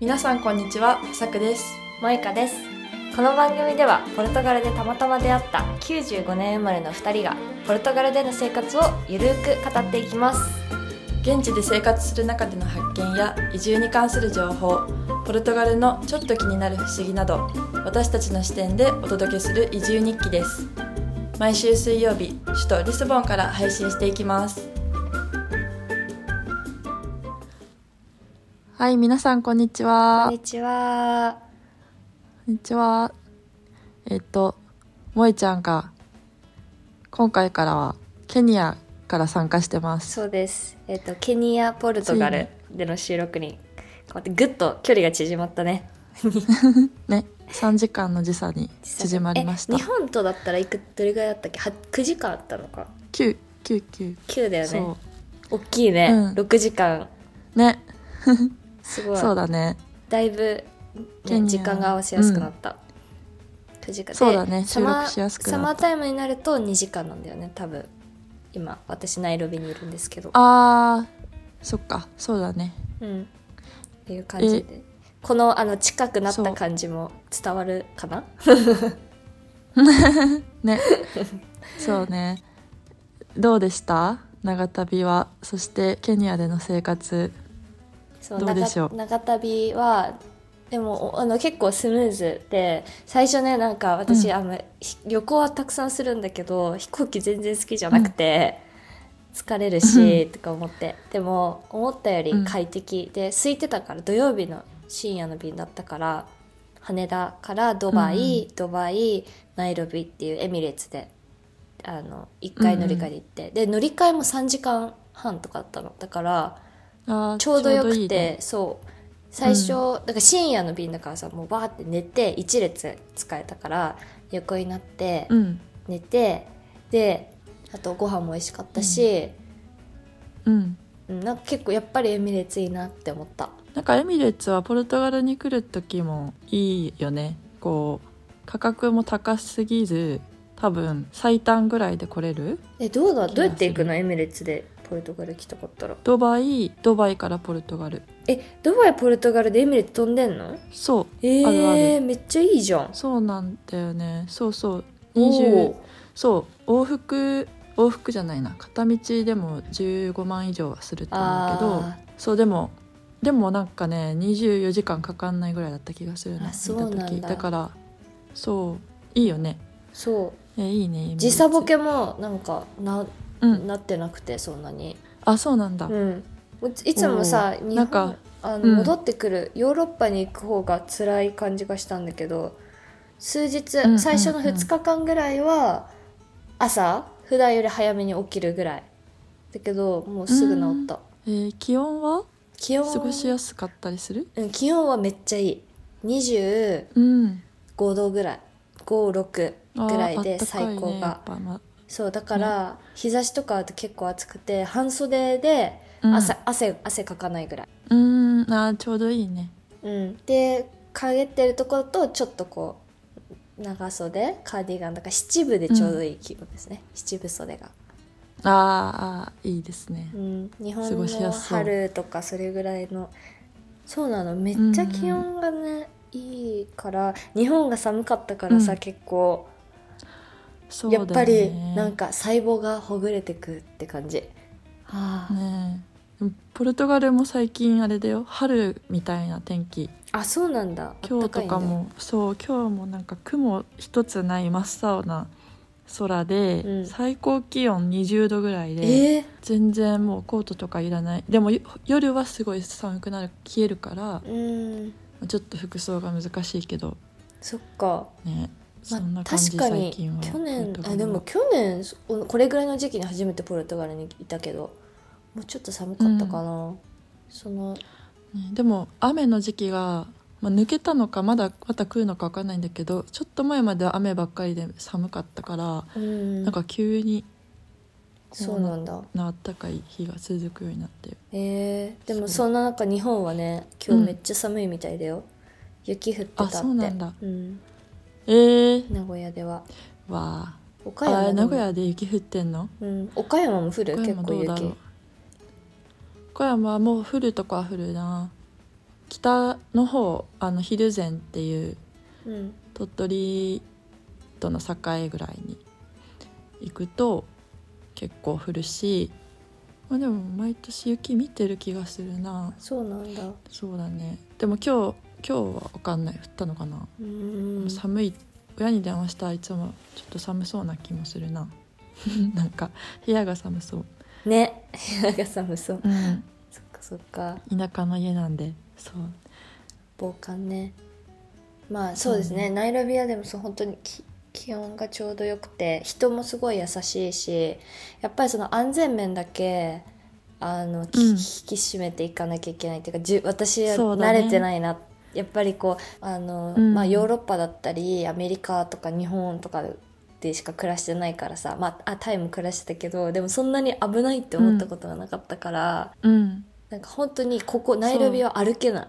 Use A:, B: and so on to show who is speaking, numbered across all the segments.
A: 皆さんこんにちは、さくです。
B: 萌香ですこの番組ではポルトガルでたまたま出会った95年生まれの2人がポルトガルでの生活をゆるく語っていきます
A: 現地で生活する中での発見や移住に関する情報、ポルトガルのちょっと気になる不思議など、私たちの視点でお届けする移住日記です。毎週水曜日、首都リスボンから配信していきます。はい、皆さんこんにちは。
B: ちは
A: こんにちは。えっと、萌ちゃんが、今回からは、ケニアから参加してます。
B: そうですえっ、とケニアポルトガルでの収録にこうやってぐっと距離が縮まったね
A: ね、3時間の時差に縮まりました
B: え日。本とだったらいくどれぐらいだったっけは9時間あったのか
A: 9、9、9。
B: 9だよね
A: そ
B: 大きいね、
A: うん
B: 6時間
A: う。ね、
B: すごい
A: そうだね。
B: だいぶ、
A: ケ
B: ね、
A: ニア
B: 時間が合わせやすくなった、9時間で
A: そうだね
B: サ
A: 収
B: マー
A: 録しやすくなった
B: サマータイムになると2時間なんだよね多分今私ナイロビにいるんですけど
A: あー、そっか、そうだね。
B: うんっていう感じでこのあの近くなった感じも伝わるかな
A: ね、そうね。どうでした長旅は。そして、ケニアでの生活。
B: そう
A: どうでしょう
B: 長長旅はでもおあの結構スムーズで最初ねなんか
A: う
B: 私、
A: ん
B: あのひ旅行はたくさんするんだけど飛行機全然好きじゃなくて、疲れるし、とか思ってでも思ったより快適、で空いてたから土曜日の深夜の便だったから羽田からドバイ、ドバイナイロビっていうエミレーツであの1回乗り換えで行って、で乗り換えも3時間半とかだったのだから
A: あー
B: ちょうどよくて
A: いいね
B: そう最初、だから深夜の便だからさもうバーって寝て一列使えたから横になって
A: うん、
B: 寝て、であとご飯も美味しかったし、
A: うん。
B: うん、なんか結構やっぱりエミレーツいいなって思った
A: なんかエミレッツはポルトガルに来る時もいいよねこう価格も高すぎず多分最短ぐらいで来れる
B: えどうだ
A: 気がする
B: どうやって行くのエミレーツでポルトガル来たかったら
A: ドバイドバイからポルトガル
B: えドバイポルトガルでエミレーツ飛んでんの
A: そう
B: えー、
A: あるあ
B: めっちゃいいじゃん
A: そうなんだよねそうそう
B: お
A: 20
B: ー
A: そう往復往復じゃないな片道でも15万以上はすると思うけど
B: あ
A: そうでもでもなんかね24時間かかんないぐらいだった気がする
B: あそうなんだ
A: 見た時だからそういいよね
B: ーそう
A: えいいねエミレッツ
B: 時差ボケもなんかな,、
A: うん
B: なってなくてそんなに
A: あそうなんだ、
B: うん、いつもさ日
A: なん
B: 本
A: か
B: あの
A: うん
B: 戻ってくる、ヨーロッパに行く方が辛い感じがしたんだけど数日、
A: うんうん
B: 最初の2日間ぐらいは朝普段より早めに起きるぐらいだけどもうすぐ治った、
A: えー気温は
B: 気温
A: 過ごしやすかったりする
B: うん気温はめっちゃいい25
A: うん
B: 度ぐらい56
A: あー
B: ぐらい
A: あっ
B: で
A: たかい
B: 最
A: ね
B: 高
A: や
B: が
A: っ。ぱま
B: そうだから、日差しとかだと結構暑くて半袖で
A: うん
B: 汗,、汗汗かかないぐらいう
A: ーんあーちょうどいいね
B: うん、で陰ってるところとちょっとこう長袖カーディガンだから七分でちょうどいい気分ですね、七分袖が、
A: あーあーいいですね
B: うん、日本
A: 過ごしや
B: の
A: すそう
B: 春とかそれぐらいのそうなのめっちゃ気温がね、いいから日本が寒かったからさ、
A: うん
B: 結構
A: そうだ
B: や
A: よ
B: っ
A: ね
B: ぱりなんか細胞がほぐれてくって感じ、はあ
A: ねえでもポルトガルも最近あれだよ春みたいな天気
B: あそうなんだ
A: 今日
B: あった
A: と
B: いんだ
A: かもそう今日もなんか雲一つない真っ青な空で、
B: うん
A: 最高気温20度ぐらいで、
B: えー
A: 全然もうコートとかいらないでもよ夜はすごい寒くなる冷えるから
B: うん
A: ちょっと服装が難しいけど
B: そっか
A: ねそん
B: ま
A: な
B: あ、
A: 感じ
B: 確か
A: 最
B: に
A: 近は
B: 去
A: ポ
B: 年
A: ルトガル
B: あ
A: は
B: でも去年そこれぐらいの時期に初めてポルトガルにいたけどもうちょっと寒かったかな、その
A: ねでも雨の時期が、まあ、抜けたのかまだまた来るのか分かんないんだけどちょっと前までは雨ばっかりで寒かったから、
B: うん
A: なんか急に
B: そうなんだ
A: あったかい日が続くようになって
B: えーで
A: そう
B: もそんな中日本はね今日めっちゃ寒いみたいだよ、雪降ってたって
A: あそうなんだ
B: うん
A: えー、
B: 名古屋では
A: わあ
B: 岡山で
A: あ
B: も
A: 名古屋で雪降ってんの
B: うん、岡山も降る
A: 岡
B: 結
A: 山
B: 構
A: どうだろう
B: 雪
A: 岡山はもう降るとこは降るな北の方あの蒜山っていう
B: うん
A: 鳥取との境ぐらいに行くと結構降るし、まあ、でも毎年雪見てる気がするな
B: そうなんだう
A: そうだねでも今日今日は分かんない降ったのかな、
B: ーん
A: 寒い親に電話したらいつもちょっと寒そうな気もするな なんか部屋が寒そう、
B: ね 部屋が寒そうそっかそっか
A: 田舎の家なんでそう
B: 防寒ねまあそうですね、ナイロビアでもそう本当にき気温がちょうどよくて人もすごい優しいしやっぱりその安全面だけあの、き
A: うん
B: 引き締めていかなきゃいけないっていうかじゅ私は
A: そうだ
B: 慣
A: ね
B: れてないな、やっぱりこうあの、
A: うん
B: まあ、ヨーロッパだったりアメリカとか日本とかでしか暮らしてないからさ、まあ、あタイも暮らしてたけどでもそんなに危ないって思ったことがなかったから、
A: うん
B: なんか本当にここナイロビアは歩けない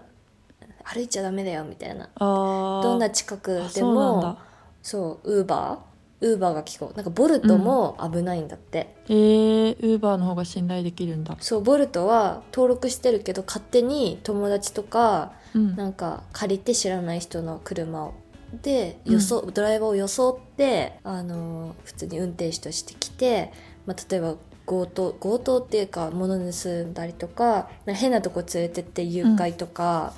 B: 歩いちゃダメだよみたいな
A: あー
B: どんな近く
A: あ
B: で
A: そうなんだ
B: もそうウーバーウーバーが聞こうなんかボルトも危ないんだって、
A: えー、ウーバーの方が信頼できるんだ
B: そうボルトは登録してるけど勝手に友達とか
A: うん
B: なんか借りて知らない人の車をで予想、ドライバーを装って、あのー普通に運転手として来て、まあ、例えば強盗強盗っていうか物盗んだりとかなんか変なとこ連れてって誘拐とか、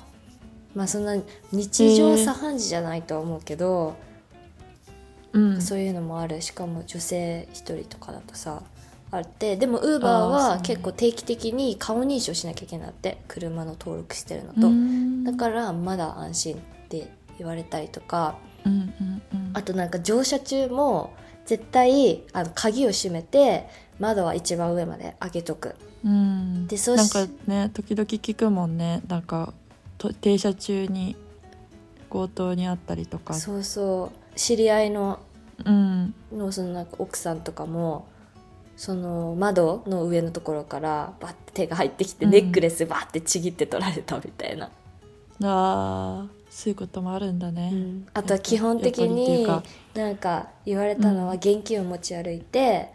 B: まあそんな日常茶飯事じゃないとは思うけど、
A: うん
B: そういうのもあるしかも女性一人とかだとさあってでもウーバー
A: あーそう
B: は
A: ね
B: 結構定期的に顔認証しなきゃいけないんだって車の登録してるのと。
A: うん
B: だからまだ安心って言われたりとか
A: うんうんうん
B: あとなんか乗車中も絶対あの鍵を閉めて窓は一番上まで開けとく
A: うん
B: でそうし
A: なんかね時々聞くもんねなんかと停車中に強盗にあったりとか
B: そうそう知り合いの
A: うん
B: のそのなんか奥さんとかもその窓の上のところからバッて手が入ってきて
A: うん
B: ネックレスバッてちぎって取られたみたいな、
A: あーそういうこともあるんだね、
B: うんあとは基本的
A: や
B: に
A: っぱりって
B: なんか言われたのは
A: うん
B: 現金を持ち歩いて、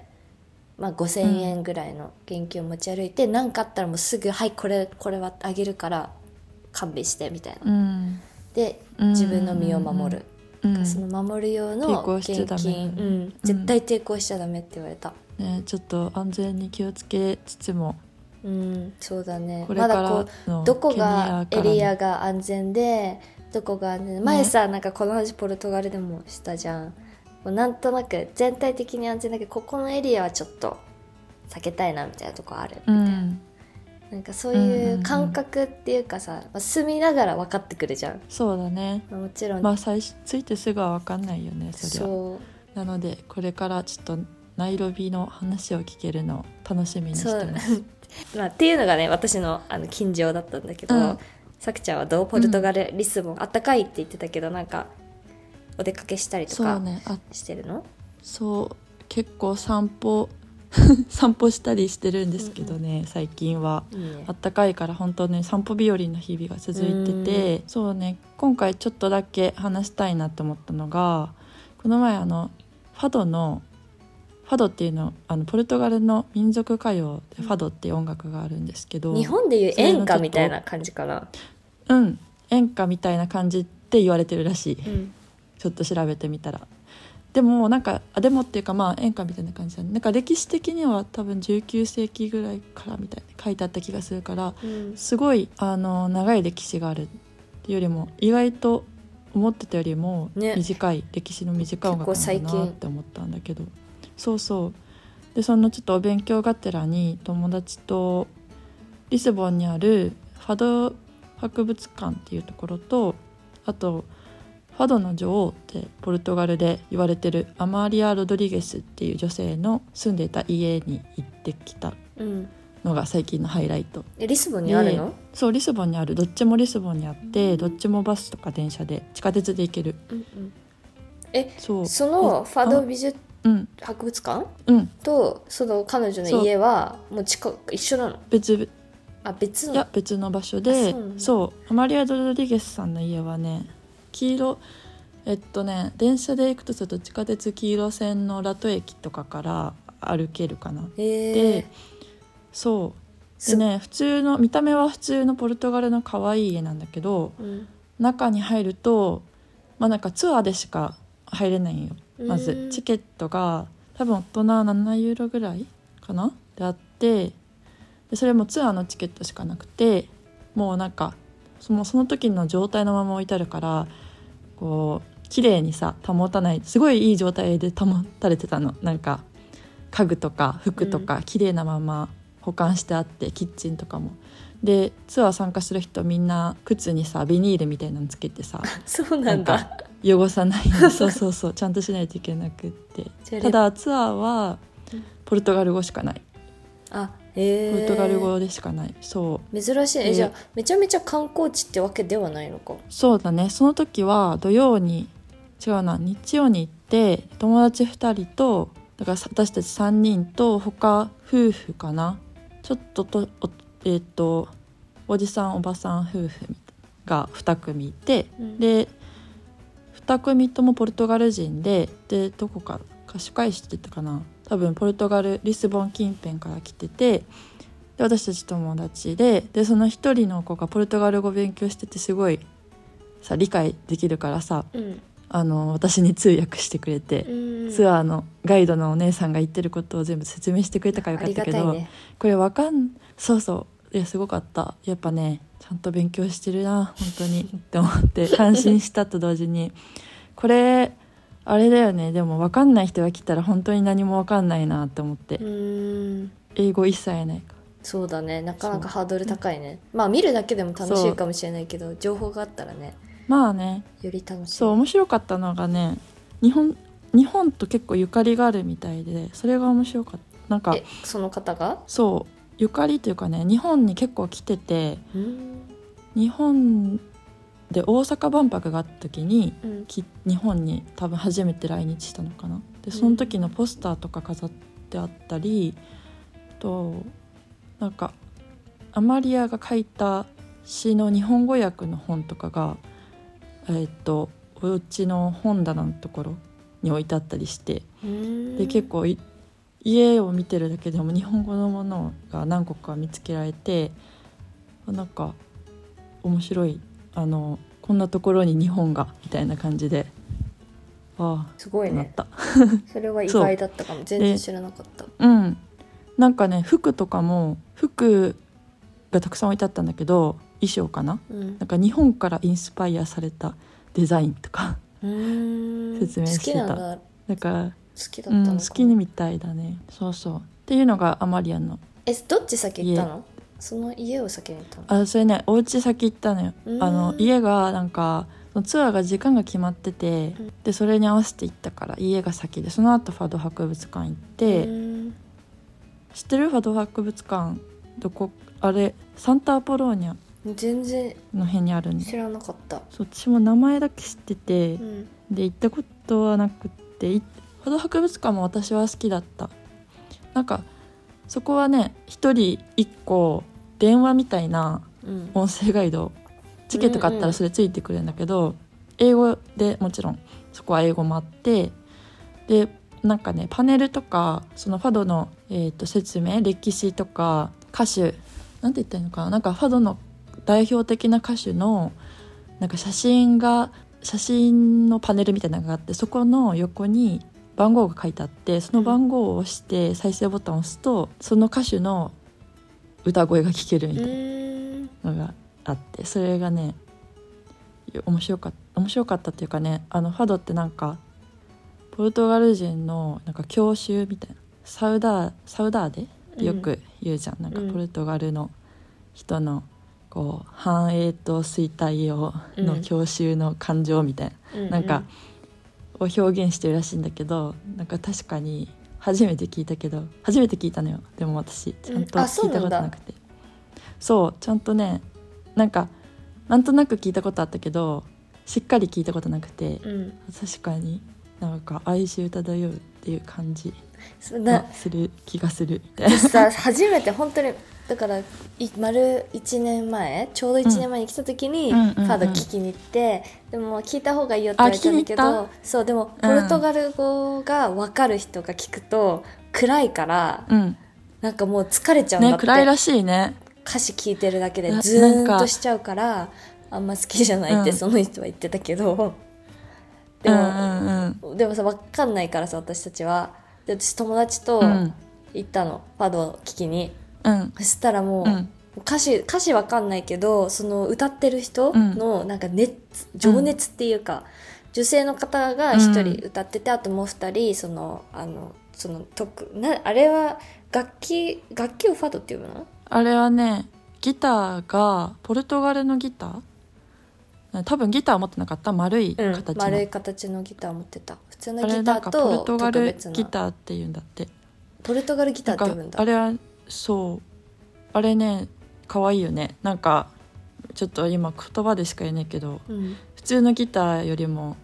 B: まあ、5,000円ぐらいの現金を持ち歩いて何、かあったらもうすぐ「はいこれこれはあげるから勘弁して」みたいな。
A: うん
B: で
A: うん
B: 自分の身を守
A: う
B: る、
A: ん
B: その守る用
A: 抵
B: の
A: 抗しちゃ
B: 現
A: ダメ
B: 金、うん、絶対抵抗しちゃダメって言われた。
A: ね、ちょっと安全に気をつけつつも
B: うん、そうだね
A: これか
B: まだこう
A: らの
B: どこ
A: ケニ
B: が
A: アか
B: エ
A: らの
B: リアが安全でどこが安全前さ、なんかこの話ポルトガルでもしたじゃんもうなんとなく全体的に安全だけどここのエリアはちょっと避けたいなみたいなとこあるみた
A: う
B: いな,、
A: ん
B: なんかそうい
A: んうんう
B: うんう感覚っていうかさ、まあ住みながら分かってくるじゃん、
A: そうだね
B: まあもちろん、
A: まあ最初ついてすぐは分かんないよねそりゃ
B: そ
A: なのでこれからちょっとナイロビの話を聞けるのを楽しみ
B: う
A: にし
B: そ
A: て
B: う
A: ます
B: まあっていうのがね私のあの近所だったんだけど、
A: うん
B: さくちゃんはどうポルトガル、リスボンあったかいって言ってたけどなんかお出かけしたりと
A: そう
B: か
A: ねあ
B: してるの、
A: そう結構散歩 散歩したりしてるんですけどね、最近はい
B: いね
A: あったかいから本当ね散歩日和の日々が続いててそうね今回ちょっとだけ話したいなと思ったのがこの前あのファドのファドっていうのあのポルトガルの民族歌謡でファドっていう音楽があるんですけど
B: 日本でいう演歌みたいな感じかな、
A: うん演歌みたいな感じって言われてるらしい。
B: うん、
A: ちょっと調べてみたらでもなんかあでもっていうかまあ演歌みたいな感じだねなんか歴史的には多分19世紀ぐらいからみたいに書いてあった気がするからすごいあの長い歴史があるっていうよりも意外と思ってたよりも
B: ね
A: 短い、歴史の短い音楽なん
B: 結
A: だ
B: 構最
A: なっ
B: 近
A: て思ったんだけどそうそうでそのちょっとお勉強がてらに友達とリスボンにあるファド博物館っていうところとあとファドの女王ってポルトガルで言われてるアマリア・ロドリゲスっていう女性の住んでいた家に行ってきた
B: うん、
A: のが最近のハイライト
B: えリスボンにあるの、
A: そうリスボンにあるどっちもリスボンにあって、どっちもバスとか電車で地下鉄で行ける
B: うん、
A: そううん
B: そのファド美術
A: うん
B: 博物館
A: うん
B: とその彼女の家はもう近く一緒なの
A: 別
B: あ別
A: い
B: の
A: や別の場所で
B: あ
A: そ
B: そう
A: う,、
B: なんだ
A: アマリア・ドロリゲスさんの家はね黄色えっとね電車で行くとすると地下鉄黄色線のラト駅とかから歩けるかな
B: え
A: で
B: ー、
A: そうでね普通の見た目は普通のポルトガルの可愛い家なんだけど
B: うん
A: 中に入るとまあなんかツアーでしか入れないんよま
B: う
A: ず
B: ん
A: チケットが多分大人7ユーロぐらいかなであってでそれもツアーのチケットしかなくてもうなんかそのその時の状態のまま置いてあるからこう綺麗にさ保たないすごいいい状態で保たれてたのなんか家具とか服とか綺麗なまま保管してあって、キッチンとかも。でツアー参加する人みんな靴にさビニールみたいなのつけてさ
B: そうなんだ
A: なんか汚さない ようにそうそうそうちゃんとしないといけなくって
B: じゃあ
A: ただツアーはポルトガル語しかない
B: あへえ
A: ポルトガル語でしかないそう
B: 珍しい
A: で
B: えじゃあめちゃめちゃ観光地ってわけではないのか
A: そうだねその時は土曜に違うな日曜に行って友達2人とだからさ私たち3人と他夫婦かなちょっととおえっ、とおじさんおばさん夫婦が2組いて
B: うん
A: で2組ともポルトガル人ででどこか貸し返してたかな多分ポルトガルリスボン近辺から来ててで私たち友達ででその1人の子がポルトガル語勉強しててすごいさ理解できるからさ
B: うん
A: あの私に通訳してくれて、ツ
B: アー
A: アーのガイドのお姉さんが言ってることを全部説明してくれたからよか
B: あ
A: っ
B: り
A: た
B: が
A: け
B: たい
A: ど、
B: ね
A: これわかんそうそういやすごかったやっぱねちゃんと勉強してるな本当にって思 って感心したと同時にこれあれだよねでもわかんない人が来たら本当に何もわかんないなって思って、
B: うん
A: 英語一切ないか
B: そうだねなかなかハードル高いねまあ見るだけでも楽しいかもしれないけど情報があったらね
A: らまあね
B: より楽しい
A: そう面白かったのがね日本日本と結構ゆかりがあるみたいでそれが面白かったなんか
B: えその方が
A: そうゆかりというかね日本に結構来てて
B: うん
A: 日本で大阪万博があった時に
B: うん
A: き日本に多分初めて来日したのかなでその時のポスターとか飾ってあったり、となんかアマリアが書いた詩の日本語訳の本とかがえーっとお家の本棚のところに置いてあったりしてで結構い家を見てるだけでも日本語のものが何個か見つけられてあなんか面白いあのこんなところに日本がみたいな感じであ
B: すご
A: あ
B: い
A: なっ
B: ね
A: た
B: それは意外だったかも全然知らなかった
A: うんなんかね服とかも服がたくさん置いてあったんだけど衣装かな
B: うん
A: なんか日本からインスパイアされたデザインとか
B: うん
A: 説明してた
B: 好きなんだ
A: だから
B: 好きだ
A: う
B: ったのか
A: ん、
B: な
A: 好きみたいだねそうそうっていうのがアマリアの
B: えどっち先行ったのその家を先に行ったの
A: あそれねお家先行ったのよ
B: うーん
A: あの家がなんかそのツアーが時間が決まってて
B: うん
A: でそれに合わせて行ったから家が先でその後ファド博物館行って、
B: うん
A: 知ってるファド博物館どこあれサンタアポローニャ
B: 全然
A: の辺にあるん
B: 知らなかった、
A: そう私も名前だけ知ってて
B: うん、
A: で行ったことはなくっていファド博物館も私は好きだったなんかそこはね一人一個電話みたいな
B: うん
A: 音声ガイドチケット買ったらそれついてくれるんだけど、英語でもちろんそこは英語もあってでなんかねパネルとかそのファドの、えー、と説明歴史とか歌手なんて言ったらいいのかななんかファドの代表的な歌手のなんか写真が写真のパネルみたいなのがあってそこの横に番号が書いてあってその番号を押して再生ボタンを押すとその歌手の歌声が聞けるみたいな。
B: うん
A: のがあってそれがね面白かった面白かったっていうかねあのファドってなんかポルトガル人のなんか郷愁みたいなサウダーサウダーデよく言うじゃん、なん
B: うん
A: かポルトガルの人のこう繁栄と衰退を
B: う
A: の
B: ん
A: 郷愁の感情みたいな、
B: う
A: なんかを表現してるらしいんだけどなんか確かに初めて聞いたけど初めて聞いたのよでも私ちゃんと
B: あそ
A: 聞
B: う
A: い
B: な
A: た
B: んだ
A: ことなくて、そうちゃんとねなんかなんとなく聞いたことあったけどしっかり聞いたことなくて
B: うん
A: 確かになんか哀愁漂うっていう感じ
B: そう
A: が
B: な
A: する気が するみたいな。
B: 私さ初めて本当にだからい丸1年前ちょうど1年前に来た時に、
A: うんうんうん
B: ファド聞きに行ってでも聞いた方がいいよって言われたんだけ
A: あ聞きに行
B: どそうでもポルトガル語が分かる人が聞くと、暗いから
A: うん、
B: なんかもう疲れちゃうんだ
A: ね
B: っ、て、
A: 暗いらしいね。
B: 歌詞聞いてるだけで
A: な
B: ズー
A: なん
B: ンと
A: か
B: しちゃうからあんま好きじゃないって
A: うん
B: その人は言ってたけど、
A: う
B: で
A: んう
B: も、
A: んうん。
B: でもさ分かんないからさ私たちはで私友達と
A: うん。
B: 行ったの、パドを聞きに
A: うん。
B: そしたらもう、
A: うん。
B: 歌詞歌詞わかんないけどその歌ってる人
A: うん
B: のなんか熱、情熱っていうか、女性の方が一人歌ってて、あともう二人そのあのその特なあれは楽器楽器をファドって呼ぶの
A: あれはね、ギターが、ポルトガルのギター多分ギター持ってなかった丸い
B: うん
A: 形の。
B: 丸い形のギター持ってた普通の
A: あれ
B: ギタ
A: なんか
B: ー
A: ポ
B: と
A: ルトガ
B: 特
A: ル
B: 別な
A: ギターっていうんだって。
B: ポルトガルギター
A: な
B: っ
A: んか
B: て呼ぶんだ
A: あれはそうあれね可愛いよねなんかちょっと今言葉でしか言えないけど
B: うん
A: 普通のギターよりも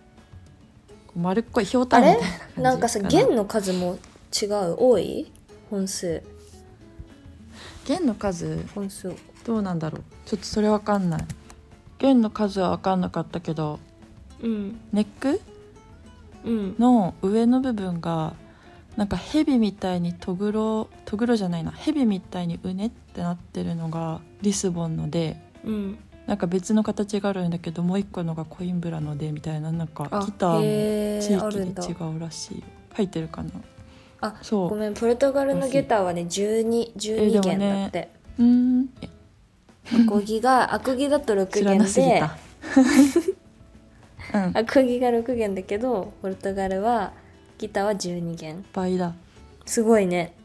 A: こう丸っこいひょうた
B: あ
A: んみたい
B: れ
A: な感じ
B: なんかさ弦の数も違う多い本数
A: 弦の数
B: 本数
A: どうなんだろうちょっとそれわかんない弦の数は分かんなかったけど
B: うん
A: ネック
B: うん
A: の上の部分がなんか蛇みたいにとぐろとぐろじゃないな蛇みたいにうねってなってるのがリスボンので
B: うん
A: なんか別の形があるんだけどもう一個のがコインブラのでみたいななんかギターも
B: へ
A: 地
B: ーあるんだ
A: 域で違うらしいよ書いてるかな
B: あ
A: そ
B: ご
A: う
B: めんポルトガルのギターはね1212
A: えでもね
B: 弦だって、
A: うーん
B: アコギがアコギだと6
A: 知らな
B: 弦
A: すぎ
B: で
A: たうん
B: アコギが6弦だけどポルトガルはギターは12弦
A: 倍だ
B: すごいね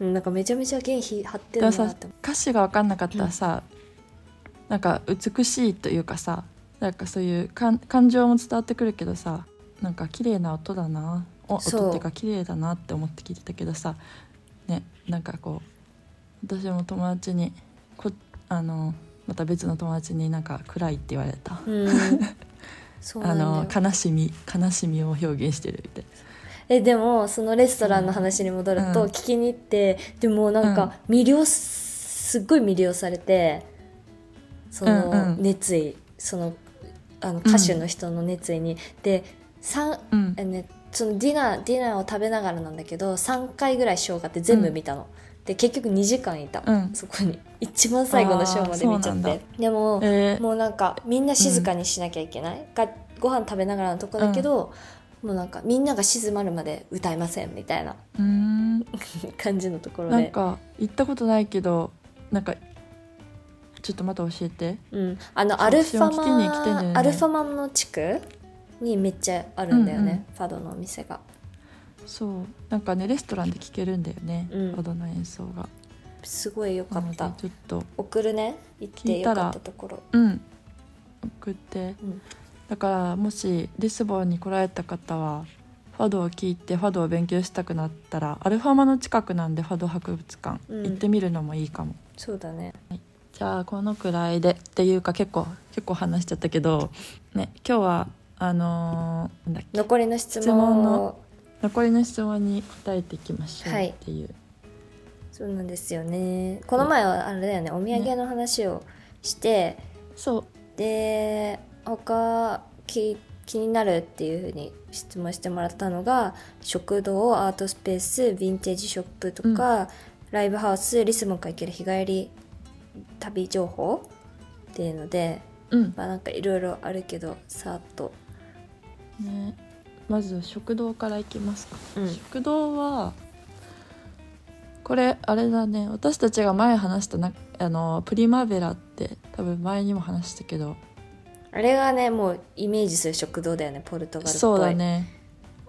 B: うんなんかめちゃめちゃ弦ひ張って
A: で
B: るな
A: も
B: って思
A: さ
B: う
A: 歌詞が分かんなかったらさ、なんか美しいというかさなんかそういう感感情も伝わってくるけどさなんか綺麗な音だなお
B: そう
A: 音っていうか綺麗だなって思って聞いてたけどさねなんかこう私も友達にこあのまた別の友達になんか暗いって言われた、
B: うん そうな
A: あ
B: んだよ
A: の悲しみ悲しみを表現してるみたい
B: えでもそのレストランの話に戻る
A: う
B: と
A: ん
B: 聞きに行って、でもなんか魅了すっごい魅了されてそ
A: うん
B: の
A: うん
B: 熱意、そのあの歌手の人の熱意に、で三
A: な、うん
B: え、ね、そのディナーディナーを食べながらなんだけど3回ぐらいショーがあって全部見たの、で結局2時間いた、
A: うん
B: そこに一番最後のショーまで見ちゃ
A: あーそうな
B: っ
A: んだ
B: てでも、
A: えー
B: もうなんかみんな静かにしなきゃいけない、がご飯食べながらのとこだけど、もうなんかみんなが静まるまで歌いませんみたいな
A: うーん
B: 感じのところ
A: なん
B: で、
A: か行ったことないけどなんかちょっとまた教えて
B: うん、あの
A: そう
B: アルファ
A: 私も聞きに来てんだよね
B: マアルファマの地区にめっちゃあるんだよね、ファドのお店が
A: そうなんかねレストランで聴けるんだよね、
B: うん
A: ファドの演奏が
B: すごいよかっ
A: な
B: た
A: のでちょっと
B: 送るね行ってよかったところ
A: うん送って、
B: うん
A: だからもしリスボンに来られた方はファドを聴いてファドを勉強したくなったらアルファマの近くなんでファド博物館、
B: うん
A: 行ってみるのもいいかも
B: そうだね
A: じゃあこのくらいでっていうか結構結構話しちゃったけどね今日はあのーなんだっけ
B: 残りの質
A: 質
B: 問
A: 問
B: の
A: の残りの質問に答えていきましょう
B: はい
A: っていう、
B: そうなんですよねこの前はあれだよねお土産の話をして、
A: そう
B: で他気気になるっていうふうに質問してもらったのが食堂アートスペースヴィンテージショップとか、ライブハウスリスボンから行ける日帰り旅情報っていうので、
A: うん
B: まあ、なんかいろいろあるけどさーっと、
A: ね、まず食堂からいきますか、
B: うん
A: 食堂はこれあれだね私たちが前話したなあのプリマベラって多分前にも話したけど
B: あれがねもうイメージする食堂だよねポルトガルっぽい
A: そうだね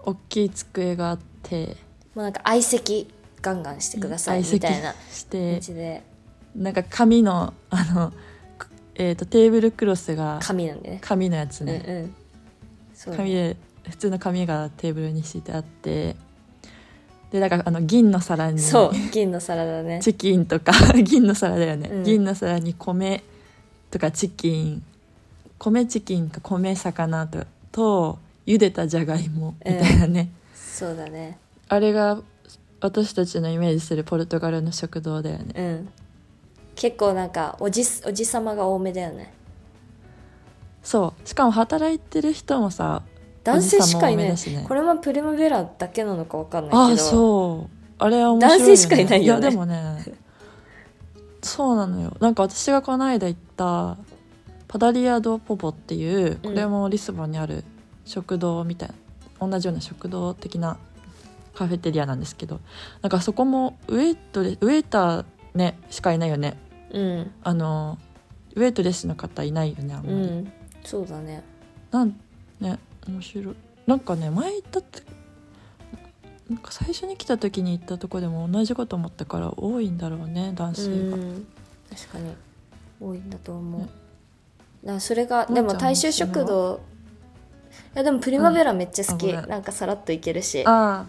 A: 大きい机があって
B: もうなんか相席ガンガンしてください
A: 相
B: み
A: 席
B: たいな
A: して
B: 感じで
A: なんか紙のあの、くえー、とテーブルクロスが
B: 紙なんでね
A: 紙のやつね、
B: うんうんそう
A: 紙で普通の紙がテーブルに敷いてあってでなんかあの銀の皿に
B: そう銀のサラダね
A: チキンとか 銀の皿だよね、
B: うん
A: 銀の皿に米とかチキン米チキンか米魚とと茹でたじゃがいもみたいなね、
B: そうだね
A: あれが私たちのイメージするポルトガルの食堂だよね
B: うん結構なんかおじおじ様が多めだよね
A: そうしかも働いてる人もさ
B: 男性しかい
A: おじさんも多
B: な
A: め
B: い、
A: だしね
B: これもプリマベラだけなのかわかんないけど
A: ああそうあれは面白い、
B: 男性しかいないよね
A: いやでもねそうなのよなんか私がこの間行ったパダリア・ド・ポポっていうこれもリスボンにある食堂みたいな同じような食堂的なカフェテリアなんですけどなんかそこもウェイトレウェイターねしかいないよね
B: うん
A: あのウェイトレスの方いないよねあんま
B: う
A: り、
B: んそうだね
A: なんね面白いなんかね前行ったってなんか最初に来た時に行ったとこでも同じこと思ったから多いんだろうね男
B: う
A: 性が、
B: ん確かに多いんだと思う、
A: ね
B: だからそれが
A: もんち
B: で
A: ゃん
B: も大衆食堂いやでもプリマベラめっちゃ好き、
A: うんあごめん
B: なんかさらっといけるし、
A: あ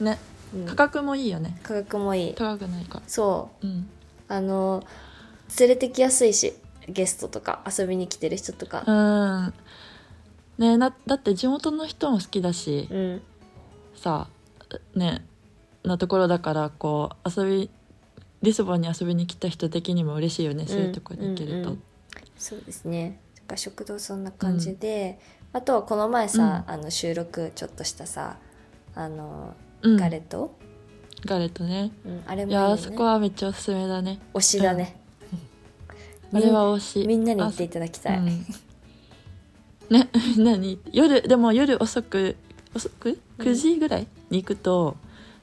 A: あね
B: うん
A: 価格もいいよね
B: 価格もいい
A: 高くないから
B: そう
A: うん
B: あの連れてきやすいしゲストとか遊びに来てる人とか
A: うんねなだって地元の人も好きだし
B: うん
A: さねなところだからこう遊びリスボンに遊びに来た人的にも嬉しいよね、そういうとこに行けると、
B: うんうんそうですねだから食堂そんな感じで、あとはこの前さ、あの収録ちょっとしたさあの
A: うん
B: ガレット、
A: ガレットね
B: うんあれ
A: い
B: もいい
A: や
B: よ
A: ーそこ
B: ね
A: はめっちゃおすすめだね
B: 推しだね、
A: あれは推し
B: みんなに行っていただきたい、
A: あうんね みんなに夜でも夜遅く遅く
B: うん
A: 9時ぐらいに行くと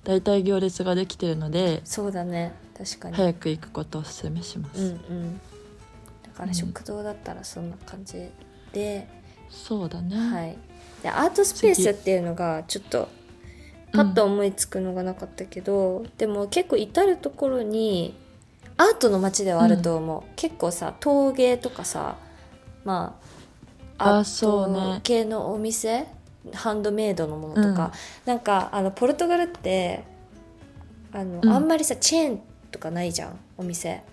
A: 大体行列ができてるので
B: そうだね確かに、
A: 早く行くことをおすすめします、
B: うんうんだから食堂だったらそんな感じで、
A: そうだね、
B: はいでアートスペースっていうのがちょっとパッと思いつくのがなかったけど、でも結構至る所にアートの街ではあると思う、結構さ陶芸とかさまあア
A: あそうね
B: ート系のお店、ハンドメイドのものとか、なんかあのポルトガルってあの、
A: うん
B: あんまりさチェーンとかないじゃんお店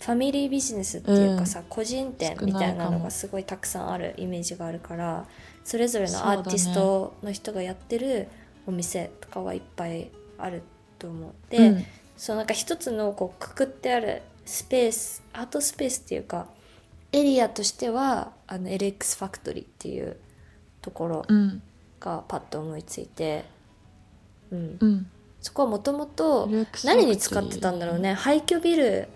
B: ファミリービジネスっていうかさ、個人店み
A: 少
B: たいな
A: ないか
B: の
A: も
B: がすごいたくさんあるイメージがあるからそれぞれのアーティストの人がやってるお店とかはいっぱいあると思って、う
A: うん
B: そうなんか一つのこうくくってあるスペースアートスペースっていうかエリアとしてはあの LX ファクトリーっていうところ
A: うん
B: がパッと思いついて、うん、
A: うん
B: そこはもともと
A: リラックス
B: 何に使ってたんだろうね廃墟ビル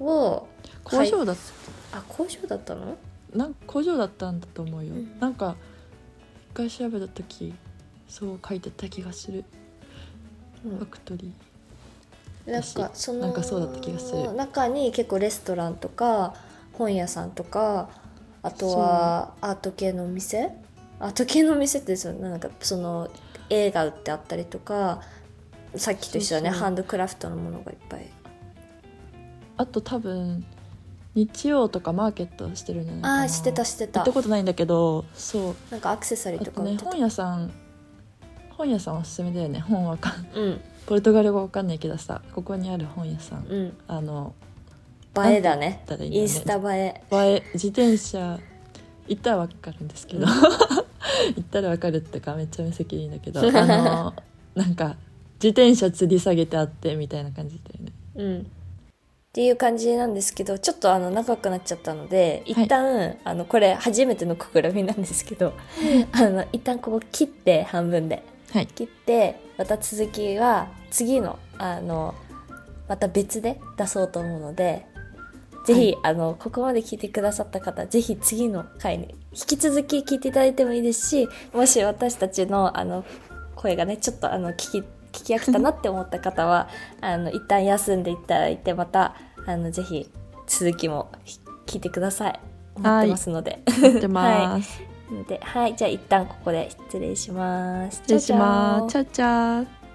B: を
A: 工場だっ
B: あ工場だったの
A: なん工場だったんだと思うよ、
B: うん
A: なんか一回調べた時そう書いてた気がする
B: う
A: ファ
B: ん
A: クトリー
B: なんかその
A: なんかそうだった気がする
B: 中に結構レストランとか本屋さんとかあとはアート系のお店アート系のお店ってそのなんかその映画売ってあったりとかさっきと一緒だね
A: そうそう
B: ハンドクラフトのものがいっぱい
A: あと多分日曜とかマーケットしてるんじゃないかな
B: ああーしてたして
A: 行
B: た
A: ったことないんだけどそう
B: なんかアクセサリー
A: あ
B: とか
A: と
B: 売
A: ね
B: ってた、
A: 本屋さん本屋さんおすすめだよね本わかん
B: うん
A: ポルトガル語わかんないけどさここにある本屋さん
B: うん
A: あの
B: 映えだね
A: なんて言ったらいいんだ
B: イ
A: ろうね
B: ンスタ映え
A: 映え自転車行ったらわかるんですけど、
B: うん
A: 行ったらわかるってかめっちゃ無責任だけどあ のなんか自転車吊り下げてあってみたいな感じだよね
B: うん、っていう感じなんですけどちょっとあの長くなっちゃったので一旦、あのこれ初めての試みなんですけど あの一旦ここ切って半分で
A: はい
B: 切ってまた続きは次のあのまた別で出そうと思うのでぜひ、あのここまで聞いてくださった方ぜひ次の回に引き続き聞いていただいてもいいですしもし私たちのあの声がねちょっとあの聞き聞き飽きたなって思った方は あの一旦休んでいただいてまたあのぜひ続きもひ聞いてください思ってますので。
A: 行ってます、
B: ではいじゃあ一旦ここで失礼します。
A: 失礼しま
B: チャオチャオ
A: すチャチャ